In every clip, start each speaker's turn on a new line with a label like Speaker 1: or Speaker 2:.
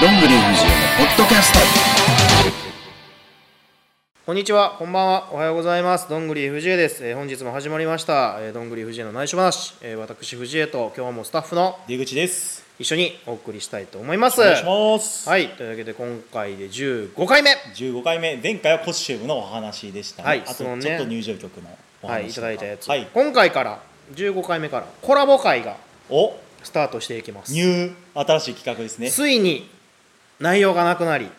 Speaker 1: どんぐり藤枝のポッドキャスト
Speaker 2: こんにちは、こんばんは、おはようございます。どんぐり藤江です。えー本日も始まりました、えーどんぐり藤江の内緒話、えー私藤江と今日もスタッフの
Speaker 3: 出口です。
Speaker 2: 一緒にお送りしたいと思います。
Speaker 3: お願いします。
Speaker 2: はい、というわけで今回で15回目、
Speaker 3: 15回目、前回はコスチュームのお話でしたね、
Speaker 2: はい
Speaker 3: あと
Speaker 2: そ
Speaker 3: ち
Speaker 2: の
Speaker 3: ょ
Speaker 2: ね
Speaker 3: っと入場曲のお話とか
Speaker 2: はい、いただいたやつ、
Speaker 3: はい。
Speaker 2: 今回から15回目からコラボ会が
Speaker 3: お、
Speaker 2: スタートしていきます。
Speaker 3: ニュー新しい企画ですね。
Speaker 2: ついに内容がなくな り、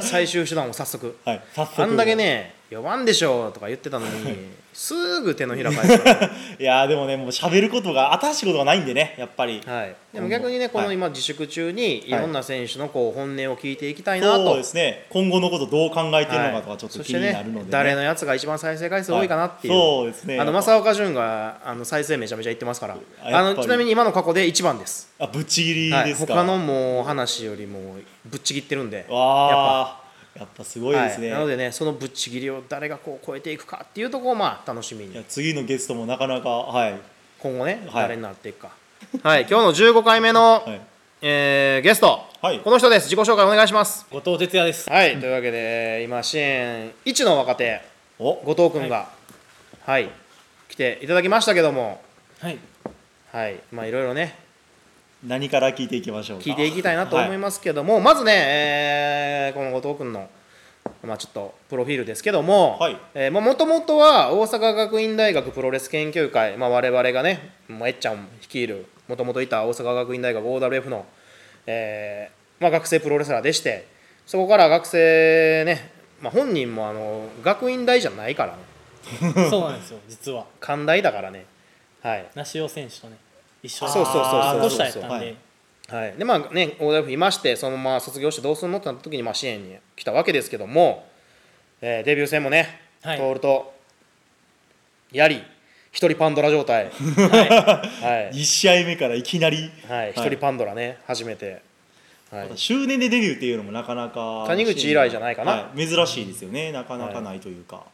Speaker 2: 最終手段を早速。
Speaker 3: はい。早速。
Speaker 2: あんだけ。ね、呼ばんでしょうとか言ってたのに、すぐ手のひら返すから。
Speaker 3: いやーでもね、もう喋ることが新しいことがないんでね、やっぱり。
Speaker 2: はい、でも逆にね、この今、自粛中にいろんな選手のこう本音を聞いていきたいなと、
Speaker 3: そうですね。今後のことどう考えてる
Speaker 2: は
Speaker 3: のか
Speaker 2: い
Speaker 3: とかちょっと
Speaker 2: そし
Speaker 3: 気
Speaker 2: て
Speaker 3: にな
Speaker 2: ね
Speaker 3: るので、ね。
Speaker 2: 誰のやつが一番再生回数多いかなっていう、
Speaker 3: はいそうですね
Speaker 2: あの正岡潤があの再生めちゃめちゃ言ってますから、
Speaker 3: あや
Speaker 2: あ
Speaker 3: っぱり
Speaker 2: のちなみに今の過去で一番です、
Speaker 3: あ、ぶっちぎり
Speaker 2: はい、
Speaker 3: ですか。
Speaker 2: 他のもう話よりもぶっちぎってるんで、やっ
Speaker 3: わーやっぱすごい
Speaker 2: ぱ、
Speaker 3: ですね。
Speaker 2: はいないのでね、そのぶっちぎりを誰がこう超えていくかっていうところをまあ楽しみに
Speaker 3: や、次のゲストもなかなか、はい。
Speaker 2: 今後ね、
Speaker 3: はい
Speaker 2: 誰になっていくか。はい、今日の15回目の、
Speaker 3: はい。
Speaker 2: えーゲスト、
Speaker 3: はい
Speaker 2: この人です、自己紹介お願いします。
Speaker 4: 後藤哲也です。
Speaker 2: はい、というわけで今支援1の若手
Speaker 3: お、
Speaker 2: 後藤君がはい、来ていただきましたけども
Speaker 4: はい。
Speaker 2: はいまあいろいろね
Speaker 3: 何から聞いていきましょうか。
Speaker 2: 聞いていきたいなと思い
Speaker 3: ま
Speaker 2: ますけども、まずね、えーこの後藤君のまあちょっとプロフィールですけども、
Speaker 3: はい
Speaker 2: えーまあもともとは大阪学院大学プロレス研究会、まあ、我々がね、まあ、えっちゃん率いるもともといた大阪学院大学 OWF の、えーまあ、学生プロレスラーでしてそこから学生ね、まあ、本人もあの学院大じゃないからね
Speaker 4: そうなんですよ、実は。
Speaker 2: 寛大だからねはい
Speaker 4: 梨尾選手とね、一緒に
Speaker 2: そうそうそうそう
Speaker 4: あー年下やったん
Speaker 3: はい
Speaker 4: で、
Speaker 2: はい、でまあね大台府いましてそのまま卒業してどうするのってなった時にまあ支援に来たわけですけども、えーデビュー戦もね、
Speaker 4: はい
Speaker 2: トールとやり一人パンドラ状 態はい
Speaker 3: 1試合目からいきなり、
Speaker 2: はい一、人パンドラね初めて、はい、
Speaker 3: 周年でデビューっていうのもなかなか
Speaker 2: 谷口以来じゃないかな
Speaker 3: はい珍しいですよねなかなかないというか、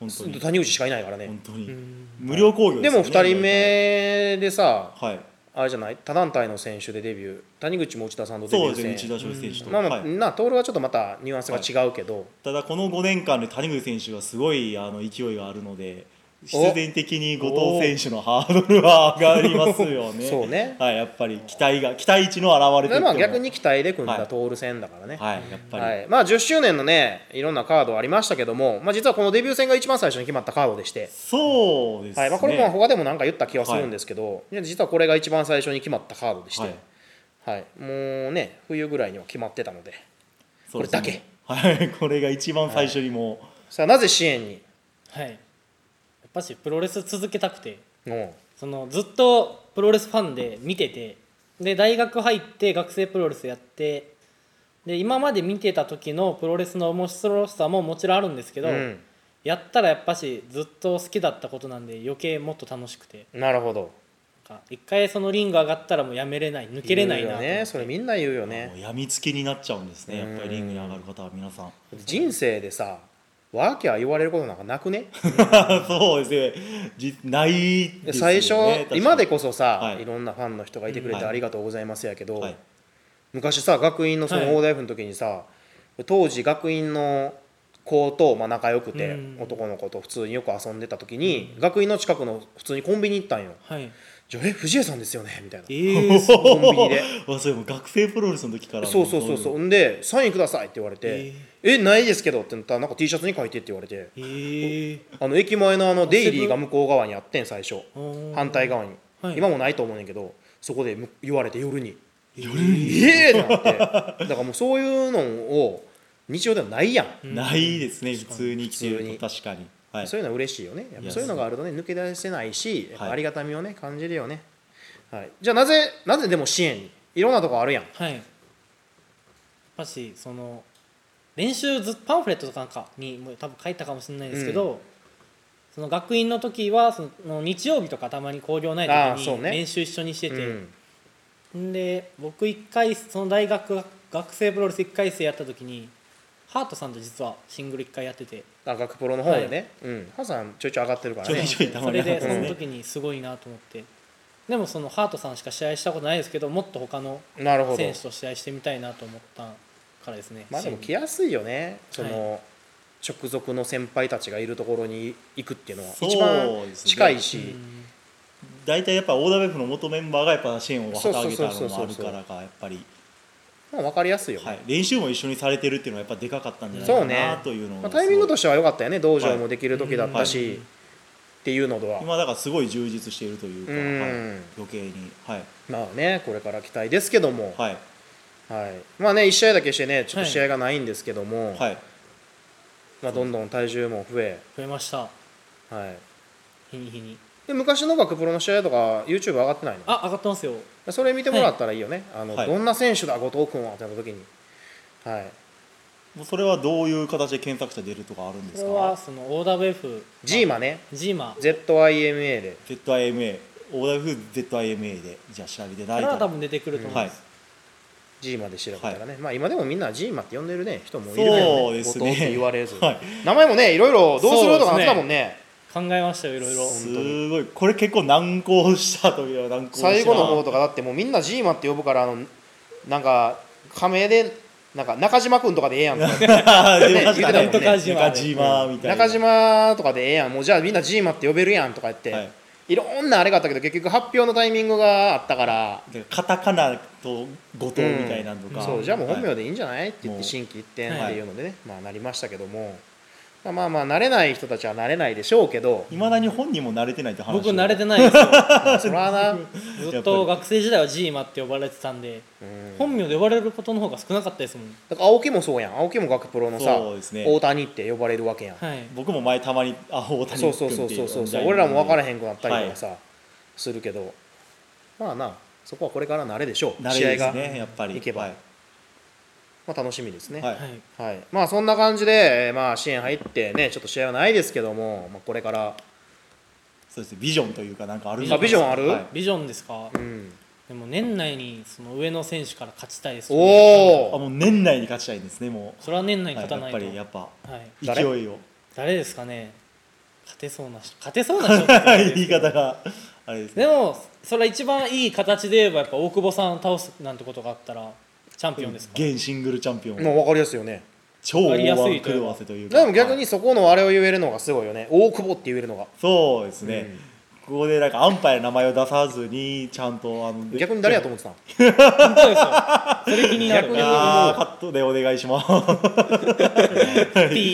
Speaker 3: 本当に
Speaker 2: 谷口しかいないからね
Speaker 3: 本当に無料工業
Speaker 2: でも
Speaker 3: よ
Speaker 2: 2人目でさ
Speaker 3: はい
Speaker 2: あれじゃない他団体の選手でデビュー谷口も内田さんとデビ
Speaker 3: そ
Speaker 2: ュ
Speaker 3: うですね
Speaker 2: ー
Speaker 3: 内
Speaker 2: 戦
Speaker 3: 田翔選手と、
Speaker 2: まあまあ、
Speaker 3: はい
Speaker 2: なトールはちょっとまたニュアンスが違うけど、
Speaker 3: ただこの5年間で谷口選手がすごいあの勢いがあるので必然的に後藤選手のハードルは上がりますよね
Speaker 2: そうね
Speaker 3: はいやっぱり期待が期待値の表れとい
Speaker 2: で
Speaker 3: っても
Speaker 2: まあ逆に期待で組んだ
Speaker 3: はい
Speaker 2: トール戦だからね、
Speaker 3: はいやっぱり、
Speaker 2: はいまあ、10周年のねいろんなカードありましたけども、まあ、実はこのデビュー戦が一番最初に決まったカードでして、
Speaker 3: そうですね、
Speaker 2: はいまあ、これも他でも何か言った気がするんですけど、実はこれが一番最初に決まったカードでして、は
Speaker 3: はいい
Speaker 2: もうね冬ぐらいには決まってたので
Speaker 3: そうです
Speaker 2: これだけ
Speaker 3: ねはい これが一番最初にもう、
Speaker 2: さあなぜ支援に
Speaker 4: はい。やっぱしプロレス続けたくて、
Speaker 2: も
Speaker 4: そのずっとプロレスファンで見てて、で大学入って学生プロレスやって、で今まで見てた時のプロレスの面白さももちろんあるんですけ
Speaker 2: う、
Speaker 4: ど、
Speaker 2: うん、
Speaker 4: やったらやっぱしずっと好きだったことなんで余計もっと楽しくて、
Speaker 2: なるほど
Speaker 4: なんか一回そのリング上がったらもうやめれない、抜けれないなと思っ
Speaker 2: 言う
Speaker 4: て
Speaker 2: よねそれみんな言うよね
Speaker 3: もうやみつきになっちゃうんですねやっぱりリングに上がる方は皆さん
Speaker 2: 人生でさわけは言われることなんかなくね
Speaker 3: そうですねじないですよね
Speaker 2: 最初、
Speaker 3: 確かに
Speaker 2: 今でこそさ、
Speaker 3: はい
Speaker 2: い、ろんなファンの人がいてくれて
Speaker 3: はい
Speaker 2: ありがとうございますやけど、
Speaker 3: はい
Speaker 2: 昔さ学院のそ
Speaker 4: はい
Speaker 2: の大台風の時にさ、当時学院の子と、まあ、仲良くて、
Speaker 4: うん
Speaker 2: 男の子と普通によく遊んでた時に、学院の近くの普通にコンビニ行ったんよ
Speaker 4: はい。
Speaker 2: 「じゃあえ藤江さんですよね」みたいな
Speaker 4: えー、 すごい
Speaker 2: コンビニ で
Speaker 3: わそれもう学生プロレスの時から
Speaker 2: そうそうそうそうんで「サインください」って言われて「えないですけど」って言ったらなんか T シャツに書いてって言われて
Speaker 4: えー、
Speaker 2: あの駅前のあのデイリーが向こう側にあってん最初反対側に、
Speaker 4: はい
Speaker 2: 今もないと思うねんけどそこでむ言われて夜に
Speaker 3: 夜
Speaker 2: 「ええー!」ってな ってだからもうそういうのを日常ではないやん、
Speaker 3: ないですね普通に来て
Speaker 2: 普通に
Speaker 3: ると確かにはい
Speaker 2: そういうのは嬉しいよねやっぱ
Speaker 3: いや
Speaker 2: そういうのがあるとね抜け出せないしやっぱ
Speaker 3: はい
Speaker 2: ありがたみをね感じるよね、はい、じゃあなぜなぜでも支援にいろんなとこあるやん
Speaker 4: はいやっぱしその練習ずパンフレットとかなんかにも多分書いたかもしれないですけど、その学院の時はその日曜日とかたまに工業ない
Speaker 2: あー
Speaker 4: 時
Speaker 2: そう
Speaker 4: に
Speaker 2: ね
Speaker 4: 練習一緒にして
Speaker 2: う
Speaker 4: て、
Speaker 2: ん
Speaker 4: んで僕一回その大学学生プロレス1回生やった時にハートさんと実はシングル1回やってて
Speaker 2: あ学プロの方でね、うんハンさんちょいちょい上がってるから
Speaker 3: ちょ
Speaker 2: ね
Speaker 3: いちょいたま
Speaker 4: そ
Speaker 3: に
Speaker 4: れ
Speaker 3: 上がって
Speaker 4: でそ
Speaker 3: ます
Speaker 4: の
Speaker 3: ね
Speaker 4: 時にすごいなと思ってでもそのハートさんしか試合したことないですけどもっと他の
Speaker 2: なるほど
Speaker 4: 選手と試合してみたいなと思ったからですね。
Speaker 2: まあでも
Speaker 4: チーム
Speaker 2: 来やすいよねその、直属の先輩たちがいるところに行くっていうのは
Speaker 3: そう
Speaker 2: 一番
Speaker 3: ですね
Speaker 2: 近いし、
Speaker 3: 大体やっぱ OWF の元メンバーがやっぱ支援を旗揚げたのもあるからかやっぱり、
Speaker 2: まあ、分かりやすいよね、
Speaker 3: はい、練習も一緒にされてるっていうのはやっぱでかかったんじゃない
Speaker 2: そう
Speaker 3: か
Speaker 2: ね
Speaker 3: なというのが
Speaker 2: まあ、タイミングと
Speaker 3: し
Speaker 2: しては良かったよね道場もできる時だった
Speaker 3: は
Speaker 2: し、
Speaker 3: い
Speaker 2: っていうのでは
Speaker 3: 今だからすごい充実しているというか、
Speaker 2: うん
Speaker 3: はい余計にはい、
Speaker 2: まあねこれから期待ですけども、
Speaker 3: はい
Speaker 2: はいまあね1試合だけしてねちょっ
Speaker 4: は
Speaker 2: と
Speaker 4: い
Speaker 2: 試合がないんですけども、
Speaker 3: はい、
Speaker 2: まあ、どんどん体重も増え、
Speaker 4: 増えました
Speaker 2: はい、
Speaker 4: 日に日に
Speaker 2: で昔の学プロの試合とか YouTube 上がってないの
Speaker 4: あ上がってますよ
Speaker 2: それ見てもらったらいいよね、あの
Speaker 3: はい
Speaker 2: どんな選手だ後藤君はってなった時に、はい、
Speaker 3: もうそれはどういう形で検索者出るとかあるんで
Speaker 4: こ
Speaker 3: す
Speaker 4: れは
Speaker 3: か
Speaker 4: その OWF
Speaker 2: G マね
Speaker 4: ジーマ
Speaker 2: ZIMA で
Speaker 3: ZIMA OWFZIMA でじゃあ調べて
Speaker 4: か
Speaker 3: ない
Speaker 4: ら
Speaker 3: と
Speaker 4: は多分出てくると思います、
Speaker 2: G マで調べたらね、まあ今でもみんな G マって呼んでるね人もいる
Speaker 3: そ
Speaker 2: よね
Speaker 3: うで
Speaker 2: 後
Speaker 3: す
Speaker 2: 藤
Speaker 3: ね
Speaker 2: って言われず、
Speaker 3: はい
Speaker 2: 名前もねいろいろどうするとかなってたもんね
Speaker 4: 考えましたよいろいろ
Speaker 3: すごいこれ結構難航したという難航した
Speaker 2: 最後の方とかだってもうみんな G マって呼ぶからあのなんか仮名でなんか中島君とかでええやんとか
Speaker 3: 出ましたね
Speaker 2: 言ってたもんね
Speaker 3: 中島 みたいな
Speaker 2: 中島とかでええやんもうじゃあみんな G マって呼べるやんとか言って、
Speaker 3: はいい、
Speaker 2: ろんなあれがあったけど結局発表のタイミングがあったから、
Speaker 3: でカタカナと後藤みたいなのとか、
Speaker 2: そうじゃあもう本
Speaker 3: は
Speaker 2: 名
Speaker 3: い
Speaker 2: でいいんじゃないって言っ
Speaker 3: も
Speaker 2: て
Speaker 3: う
Speaker 2: 新規一点っていうのでね、まあなりましたけどもまあまあまあ慣れない人たちは慣れないでしょうけ ど
Speaker 3: 未だに本人も慣れてないって話
Speaker 4: 僕慣れてないですよ
Speaker 2: まあそらな、うん、
Speaker 4: ずっと学生時代はジーマって呼ばれてたんで本名で呼ばれることの方が少なかったですもん
Speaker 2: だから青木もそうやん青木も学プロのさ
Speaker 3: そうですね
Speaker 2: 大谷って呼ばれるわけやん、
Speaker 4: はい
Speaker 3: 僕も前たまにあ大
Speaker 2: そ
Speaker 3: 谷君
Speaker 2: うそうそうそうそう
Speaker 3: ってい
Speaker 2: 俺らも分から
Speaker 3: ん
Speaker 2: へんくなったりとかさ、するけどまあなそこはこれから慣れでしょう、
Speaker 3: 慣
Speaker 2: 試
Speaker 3: れ
Speaker 2: 合
Speaker 3: です
Speaker 2: が、
Speaker 3: ねやっぱり
Speaker 2: いけば
Speaker 3: はい
Speaker 2: まあ、楽しみですね、
Speaker 3: はい
Speaker 4: はい
Speaker 2: はい、まあそんな感じで、えーまあ、支援入ってねちょっと試合はないですけども、まあ、これから、
Speaker 3: そうですねビジョンというかなんかあるんです
Speaker 2: あビジョンある
Speaker 3: はい
Speaker 4: ビジョンですか
Speaker 2: うん、
Speaker 4: でも年内にその上の選手から勝ちたいです
Speaker 2: お
Speaker 4: よね
Speaker 2: お
Speaker 3: あもう年内に勝ちたいんですねも
Speaker 4: それは年内
Speaker 3: う、
Speaker 4: に
Speaker 3: はい、
Speaker 4: 勝た
Speaker 3: や
Speaker 4: な
Speaker 3: っ
Speaker 4: いと、
Speaker 3: ぱ
Speaker 4: は
Speaker 3: りやっ
Speaker 4: い
Speaker 3: ぱ勢
Speaker 2: 誰
Speaker 3: いを
Speaker 4: 誰ですかね勝てそうな人勝てそうな人って言ったらあれです
Speaker 3: 言
Speaker 4: け
Speaker 3: い
Speaker 4: ど
Speaker 3: 方があれですね
Speaker 4: でもそれは一番いい形で言えばやっぱ大久保さんを倒すなんてことがあったらチャンピオンですか、
Speaker 3: 現シングルチャンピオン、
Speaker 2: まあ、分かりやすいよね
Speaker 3: 超大盤狂わせというか
Speaker 2: でも逆
Speaker 3: は
Speaker 2: に
Speaker 3: い
Speaker 2: そこのあれを言えるのがすごいよね大久保って言えるのが
Speaker 3: そうですね、ここでなんか安牌の名前を出さずにちゃんとあの
Speaker 2: 逆に誰やと思ってたの
Speaker 4: 本当ですよそれ気になる
Speaker 2: 逆に
Speaker 3: あーカットでお願いします
Speaker 4: ピ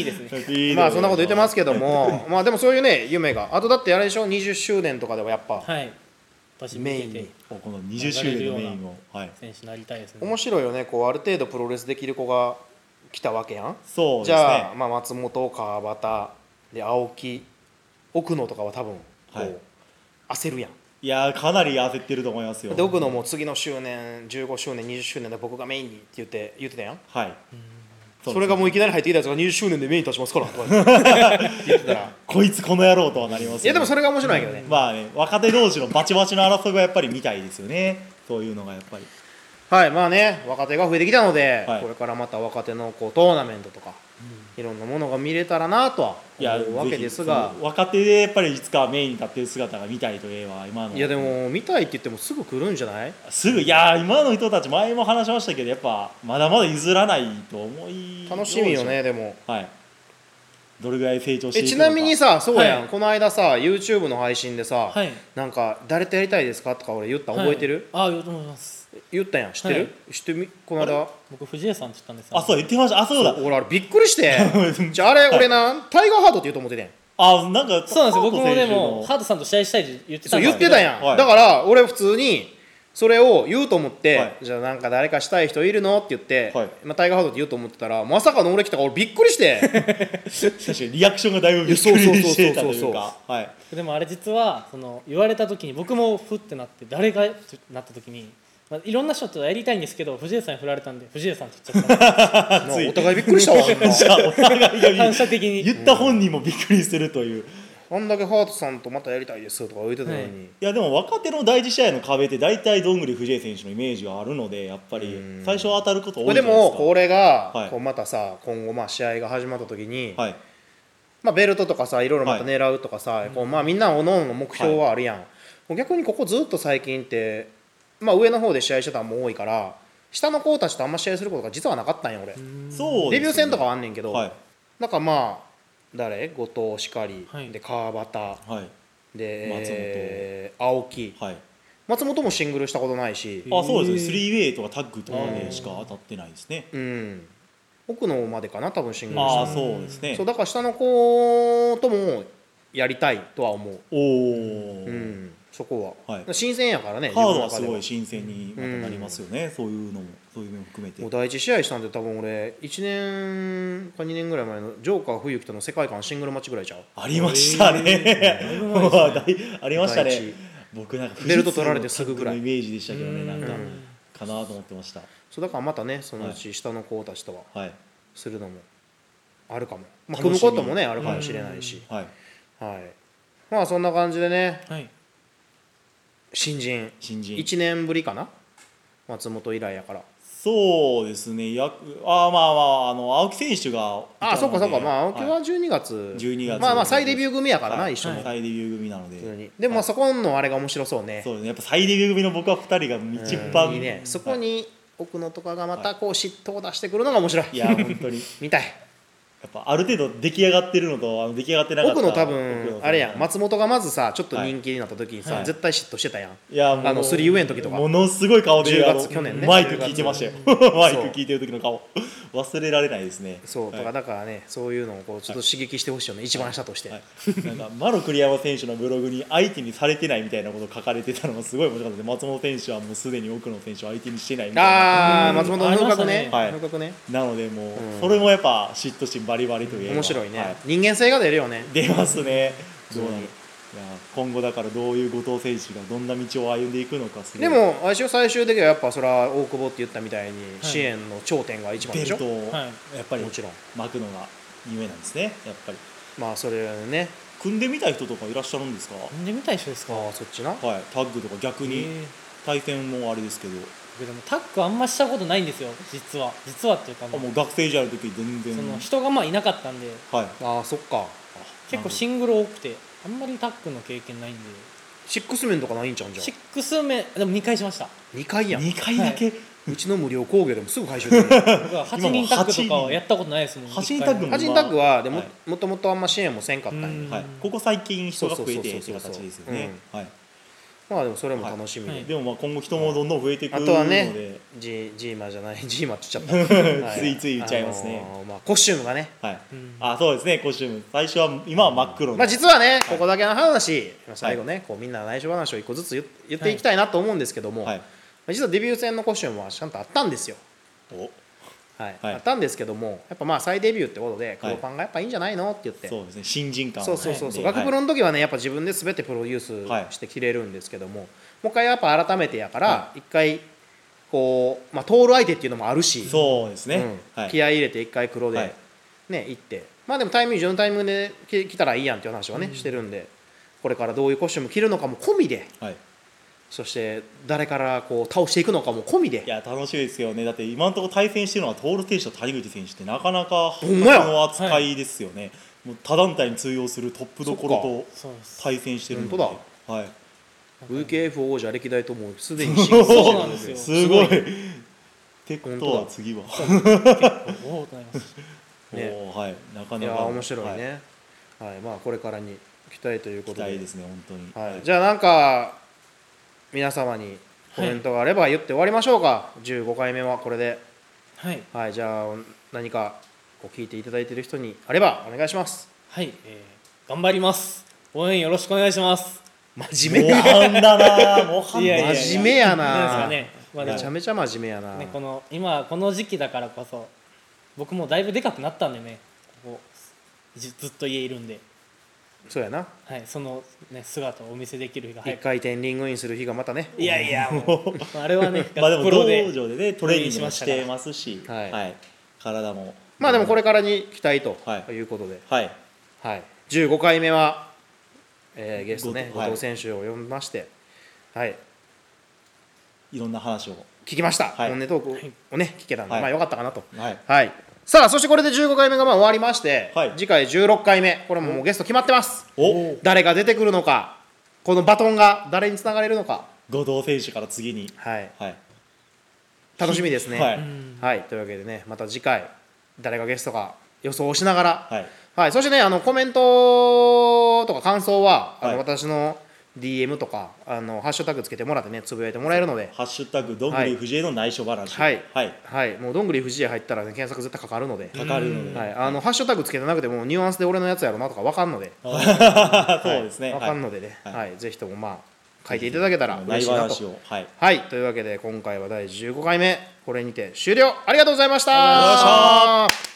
Speaker 4: ーですね
Speaker 2: まあそんなこと言ってますすけどもまあでもそういうね夢があとだってあれでしょ20周年とかではやっぱ、
Speaker 4: はい私
Speaker 2: メ
Speaker 4: メ
Speaker 2: イ
Speaker 4: イ
Speaker 2: ン
Speaker 4: ン
Speaker 2: に
Speaker 3: この20周年のメインをはい
Speaker 4: 選手になりたいですね
Speaker 2: 面白いよねこうある程度プロレスできる子が来たわけやん、
Speaker 3: そうです
Speaker 2: じゃあ、
Speaker 3: ね
Speaker 2: まあ、松本川端で青木奥野とかは多分こう、
Speaker 3: はい
Speaker 2: 焦るやん
Speaker 3: いやーかなり焦ってると思いますよ
Speaker 2: で奥野も次の周年15周年20周年で僕がメインにって言って言ってたやん
Speaker 3: はい
Speaker 2: そ,、
Speaker 3: う
Speaker 2: れがもういきなり入ってきたやつが20周年でメインに立ちます からとか言って言ってたら
Speaker 3: こいつこの野郎とはなりますよね
Speaker 2: いやでもそれが面白いけどね、
Speaker 3: まあね若手同士のバチバチの争いがやっぱり見たいですよねそういうのがやっぱり
Speaker 2: はいまあね若手が増えてきたので、
Speaker 3: はい
Speaker 2: これからまた若手のこうトーナメントとか、いろんなものが見れたらなとはい
Speaker 3: や
Speaker 2: 思うわけです
Speaker 3: ぜ
Speaker 2: が
Speaker 3: ひその若手でやっぱりいつかメインに立ってる姿が見たいといえば今の
Speaker 2: いやでも見たいって言ってもすぐ来るんじゃない
Speaker 3: すぐいやー今の人たち前も話しましたけどやっぱまだまだ譲らないと思い
Speaker 2: 楽しみよねでも
Speaker 3: はいどれぐらい成長して
Speaker 2: え
Speaker 3: いく
Speaker 2: ち
Speaker 3: のか
Speaker 2: なみにさそうやん、
Speaker 4: はい
Speaker 2: この間さ YouTube の配信でさ、
Speaker 4: はい
Speaker 2: なんか誰とやりたいですかとか俺言った
Speaker 4: はい
Speaker 2: 覚えてる、
Speaker 4: ああよく思います
Speaker 2: 言ったやん知ってる、
Speaker 4: は
Speaker 2: 知ってみこの間
Speaker 4: 僕藤江さんって言ったんですよ
Speaker 3: あそう言ってましたあそうだ
Speaker 2: 俺あれびっくりして じゃああれ俺なタイガーハートって言うと思っててん
Speaker 3: あなんか
Speaker 4: そうなんですよ僕もで
Speaker 3: パー
Speaker 4: も
Speaker 3: ト選
Speaker 4: ハートさんと試合したいって言ってた
Speaker 2: そうん
Speaker 4: です
Speaker 2: 言って
Speaker 4: よ
Speaker 2: たやん、
Speaker 3: はい
Speaker 2: だから俺普通にそれを言うと思って、
Speaker 3: はい
Speaker 2: じゃあなんか誰かしたい人いるのって言って、
Speaker 3: はい
Speaker 2: まあ、タイガーハードって言うと思ってたらまさかの俺来たから俺びっくりして
Speaker 3: 手の確かにリアクションがだいぶびっくりしてたと
Speaker 2: いやそうそうそうそうそうそう
Speaker 3: いうかはい
Speaker 4: でもあれ実はその言われた時に僕もふってなって誰がってなった時に、まあ、いろんな人とやりたいんですけど藤江さんに振られたんで藤江さんって言っちゃったんで
Speaker 2: もうお互いびっくり したわあんな
Speaker 3: じゃあお互いがびっく
Speaker 4: す
Speaker 3: り
Speaker 4: 反射的に
Speaker 3: 言った本人もびっくりするという
Speaker 2: あんだけハートさんとまたやりたいですとか言ってたのに、
Speaker 4: はい
Speaker 3: いやでも若手の第一試合の壁って大体どんぐり藤江選手のイメージがあるのでやっぱり最初は当たること
Speaker 2: こ
Speaker 3: 多
Speaker 2: れ
Speaker 3: いじ
Speaker 2: で
Speaker 3: ゃないで
Speaker 2: も
Speaker 3: すか
Speaker 2: これが、
Speaker 3: はい
Speaker 2: こうまたさ今後まあ試合が始まった時に、
Speaker 3: はい
Speaker 2: まあ、ベルトとかさいろいろまた狙うとかさ、こうまあ、みんなおのおの目標はあるやん、逆にここずっと最近って、まあ、上の方で試合してたのも多いから下の子たちとあんま試合することが実はなかったんや俺、
Speaker 3: そう
Speaker 2: デビュー戦とかは
Speaker 3: は
Speaker 2: あんねんけど、
Speaker 3: はい
Speaker 2: なんかまあ誰後藤しかり、
Speaker 4: はい
Speaker 2: で川端
Speaker 3: はい
Speaker 2: で
Speaker 3: 松本
Speaker 2: えー青木
Speaker 3: はい
Speaker 2: 松本もシングルしたことないし、
Speaker 3: あそうですねスリーウェイとかタッグとか
Speaker 2: うん
Speaker 3: でしか当たってないですね
Speaker 2: うん、奥のまでかな多分シングルした
Speaker 3: あ
Speaker 2: の
Speaker 3: あそうですね
Speaker 2: そうだから下の子ともやりたいとは思う、
Speaker 3: おお
Speaker 2: うん、そこは、
Speaker 3: はい
Speaker 2: 新鮮やからね
Speaker 3: カードは
Speaker 2: 自
Speaker 3: す
Speaker 2: 分の中
Speaker 3: ごい新鮮にまたなりますよねそういうのもそういう面も含めて
Speaker 2: でもう第一試合したんで多分俺1年か2年ぐらい前のジョーカー冬樹との世界観シングルマッチぐらいちゃう
Speaker 3: ありましたね。まあだいありました
Speaker 2: 第一
Speaker 3: ね。 僕なんか
Speaker 2: ベルト取られてすぐぐらい
Speaker 3: のイメージでしたけどね、なんか
Speaker 2: うん
Speaker 3: かなと思ってました。
Speaker 2: そうだからまたねそのうち下の子たちとは
Speaker 3: はい
Speaker 2: するのもあるかも、まあ、組
Speaker 3: 楽
Speaker 2: む
Speaker 3: しみ
Speaker 2: こともねあるかもしれないし、
Speaker 3: はい
Speaker 2: はいまあそんな感じでね
Speaker 4: はい
Speaker 2: 新人
Speaker 3: 新人。
Speaker 2: 1年ぶりかな松本以来やから
Speaker 3: そうですね。やあーまあまああの青木選手が
Speaker 2: ああそうかそうかまあ青木は
Speaker 3: はい
Speaker 2: 12月、
Speaker 3: 12月
Speaker 2: まあまあ再デビュー組やからな、
Speaker 3: はい
Speaker 2: 一緒に、
Speaker 3: 再デビュー組なので
Speaker 2: 普通にでもまあそこのあれが面白そうね
Speaker 3: そうですねやっぱ再デビュー組の僕は二人が一
Speaker 2: うん
Speaker 3: 番
Speaker 2: いいねそこに奥野とかがまたこう嫉妬を出してくるのが面白い
Speaker 3: いや本当にや
Speaker 2: 見たい
Speaker 3: っぱある程度出来上がってるのとあの出来上がってなかった
Speaker 2: 奥野多
Speaker 3: 奥野
Speaker 2: 分
Speaker 3: と
Speaker 2: あれやん松本がまずさちょっと人気になった時にさ、
Speaker 3: はい
Speaker 2: 絶対嫉妬してたやん
Speaker 3: いや
Speaker 2: あのスリーウェイの時とか
Speaker 3: ものすごい顔で
Speaker 2: 10月
Speaker 3: あの
Speaker 2: 去年ね
Speaker 3: マイク聞いてましたよマイク
Speaker 2: そう
Speaker 3: 聞いてる時の顔忘れられないですね
Speaker 2: そうと
Speaker 3: はい
Speaker 2: かだからねそういうのをこうちょっと刺激してほしいよね、一番下として、
Speaker 3: はいなんかマロ栗山選手のブログに相手にされてないみたいなこと書かれてたのがすごい面白かったです松本選手はもうすでに奥野選手を相手にしてないみたい
Speaker 2: ああ
Speaker 4: うん
Speaker 2: 松本の風格ね
Speaker 3: ありましたね
Speaker 2: 風格ね
Speaker 3: ななのでもうそれもやっぱ嫉妬心バリバリという
Speaker 2: 面白いね、
Speaker 3: はい
Speaker 2: 人間性が出るよね
Speaker 3: 出ますねどうなる
Speaker 2: うん
Speaker 3: いや今後だからどういう後藤選手がどんな道を歩んでいくのかすご
Speaker 2: で
Speaker 3: い
Speaker 2: も相性最終的にはやっぱそれは大久保って言ったみたいに
Speaker 4: はい
Speaker 2: 支援の頂点が一番
Speaker 3: ベ
Speaker 2: でし
Speaker 3: ル
Speaker 2: ょ、
Speaker 3: トを
Speaker 4: はい
Speaker 3: やっぱり
Speaker 2: もちろん
Speaker 3: 巻くのが夢なんですねやっぱり
Speaker 2: まあそれね
Speaker 3: 組んでみたい人とかいらっしゃるんですか、
Speaker 4: 飲んでみたい人ですか
Speaker 2: ああそっちな
Speaker 3: はいタッグとか逆
Speaker 4: え
Speaker 3: に
Speaker 4: ー
Speaker 3: 対戦もあれですけど、
Speaker 4: 僕でもタックあんましたことないんですよ実は実はっていうか
Speaker 3: あ
Speaker 4: もう
Speaker 3: もう学生時代の時全然
Speaker 4: その人がまあいなかったんで
Speaker 3: はい
Speaker 2: ああそっか
Speaker 4: 結構
Speaker 3: ン
Speaker 4: シングル多くてあんまりタックの経験ないんで
Speaker 2: シックス面とかないんちゃうんじゃ
Speaker 4: シックス目でも2回しま した
Speaker 2: ん2回やん
Speaker 3: 2回だけ、
Speaker 2: うちの無料工業でもすぐ回収できる
Speaker 4: 僕は
Speaker 3: 今
Speaker 4: 8
Speaker 3: もう
Speaker 4: 人タックとか
Speaker 3: 8人
Speaker 4: はやったことないですもん
Speaker 3: 8人タッグも
Speaker 2: ハジンタッグはでも,、
Speaker 3: はい
Speaker 2: もともとあんま支援もせんかったんや、
Speaker 4: うん
Speaker 3: はい、ここ最近人が増
Speaker 2: そ
Speaker 3: えて
Speaker 2: う
Speaker 3: って
Speaker 2: そうそうそう
Speaker 3: 形ですよね、はい
Speaker 2: まあでもそれも楽しみで、
Speaker 4: はいはい
Speaker 3: でもまあ今後人もどんどん増えていく
Speaker 2: あ
Speaker 3: の
Speaker 2: と
Speaker 3: で、
Speaker 2: はねジジーマじゃない ジーマって言っちゃった は
Speaker 3: ついつい言っちゃいますね
Speaker 2: あのーまあ、コスチュームがね
Speaker 3: はい
Speaker 4: うん
Speaker 3: あそうですねコスチューム最初は今は真っ黒の、
Speaker 2: まあ、実はね、ここだけの話、まあ最後ね、こうみんな内緒話を一個ずつ言言っていきたいなと思うんですけども、
Speaker 3: はい
Speaker 2: まあ実はデビュー戦のコスチュームはちゃんとあったんですよ、
Speaker 3: お
Speaker 2: はい
Speaker 3: はい
Speaker 2: あったんですけども、やっぱまあ再デビューってことで、黒パンがやっぱいいんじゃないのって言って、
Speaker 3: そうですね新人感を
Speaker 2: そうそうそうそう、
Speaker 3: はい
Speaker 2: 学プロの時はね、やっぱ自分で全てプロデュースしてきれるんですけども、もう一回やっぱ改めてやから
Speaker 3: は、
Speaker 2: 一回こう、まあ、通る相手っていうのもあるし、
Speaker 3: そうですね、
Speaker 2: うん
Speaker 3: はい
Speaker 2: 気合い入れて一回黒で、
Speaker 3: はい
Speaker 2: ね行ってまあでもタイミング自分のタイミングでき来たらいいやんっていう話はね、してるんでこれからどういうコスチューム着るのかも込みで
Speaker 3: はい
Speaker 2: そして誰からこう倒していくのかも込み
Speaker 3: い
Speaker 2: で
Speaker 3: や楽しみですよねだって今のところ対戦してるのは徹選手と谷口選手ってなかなか
Speaker 2: ほんまや
Speaker 3: の扱いですよね、もう他団体に通用するトップどころ
Speaker 4: そうです
Speaker 3: と対戦してるので
Speaker 2: 本
Speaker 3: はい
Speaker 2: VKF 王者歴代ともうすでに進
Speaker 4: そ
Speaker 2: 出
Speaker 4: うなんですよ
Speaker 3: すごい
Speaker 2: すごい
Speaker 3: ってこ
Speaker 2: 本
Speaker 3: と
Speaker 2: 当だ
Speaker 3: は次は、
Speaker 4: おおとなりました
Speaker 2: ね
Speaker 3: おーはいなか
Speaker 2: い
Speaker 3: な
Speaker 2: や
Speaker 3: か
Speaker 2: ー面白い
Speaker 3: は
Speaker 2: ね、はいまあこれからに期待というこ
Speaker 3: 期
Speaker 2: とで
Speaker 3: 待ですね本当に
Speaker 2: はい、じゃあなんか皆様にコメントがあれば言って終わりましょうか、15回目はこれで
Speaker 4: はい
Speaker 2: はいじゃあ何かこう聞いていただいている人にあればお願いします
Speaker 4: はい、えー頑張ります応援よろしくお願いします
Speaker 2: 真
Speaker 3: 模
Speaker 2: 面目や
Speaker 3: 範だな模範
Speaker 4: いやい
Speaker 3: だな
Speaker 4: や
Speaker 3: い
Speaker 4: や
Speaker 2: 真面目やな
Speaker 4: なんですかね、まあ、で
Speaker 2: めちゃ
Speaker 4: も
Speaker 2: めちゃ真面目やな、
Speaker 4: ねこの今この時期だからこそ僕もだいぶでかくなったんでねここじずっと家いるんで、
Speaker 2: そうやな
Speaker 4: はい、その、ね、姿をお見せできる日が
Speaker 2: 一
Speaker 4: 早く
Speaker 2: 回転リングインする日がまたね
Speaker 4: いやいや もうあれはね
Speaker 3: まあでも
Speaker 4: プロで
Speaker 3: 道場でねトレーニングもし
Speaker 4: トレーニング
Speaker 3: て
Speaker 4: し
Speaker 3: ますし
Speaker 2: はい
Speaker 3: 体も
Speaker 2: まあでもこれからに期待と
Speaker 3: はい
Speaker 2: いうことで、
Speaker 3: はい
Speaker 2: はい15回目は、えーゲストね
Speaker 3: 後藤
Speaker 2: 後
Speaker 3: はい
Speaker 2: 藤選手を呼びましてはい
Speaker 3: いろんな話を
Speaker 2: 聞きました、
Speaker 3: はい
Speaker 2: 本音トークをね聞けたんで、
Speaker 3: はい
Speaker 2: まあよかったかなと
Speaker 3: はい
Speaker 2: はいさあそしてこれで15回目がまあ終わりまして、
Speaker 3: はい
Speaker 2: 次回16回目これももうゲスト決まってます
Speaker 3: お
Speaker 2: 誰が出てくるのかこのバトンが誰につながれるのか、
Speaker 3: 後藤選手から次に、
Speaker 2: はい、
Speaker 3: はい
Speaker 2: 楽しみですね。
Speaker 3: は
Speaker 2: はいい、
Speaker 4: うん
Speaker 2: というわけでね、また次回、誰がゲストか予想をしながら、
Speaker 3: はい、
Speaker 2: はい、そしてねあのコメントとか感想は、あ
Speaker 3: はい
Speaker 2: の私の DM とかあのハッシュタグつけてもらってねつぶやいてもらえるので、
Speaker 3: ハッシュタグどんぐり藤江の内緒話、
Speaker 2: はい
Speaker 3: はい、
Speaker 2: はい、もうどんぐり藤井入ったらね検索絶対かかるので、
Speaker 3: かかるので、
Speaker 2: はい、あのハッシュタグつけてなくてもニュアンスで俺のやつやろなとかわかんので、
Speaker 3: あ そうですね、
Speaker 2: わ
Speaker 3: はい
Speaker 2: かんのでね、
Speaker 3: は
Speaker 2: はいいぜひともまあ書いていただけたら嬉
Speaker 3: 内
Speaker 2: しい
Speaker 3: 緒
Speaker 2: なと
Speaker 3: 話。をはい
Speaker 2: はい、というわけで今回は第15回目これにて終了ありがとうございました
Speaker 3: ありがとうございました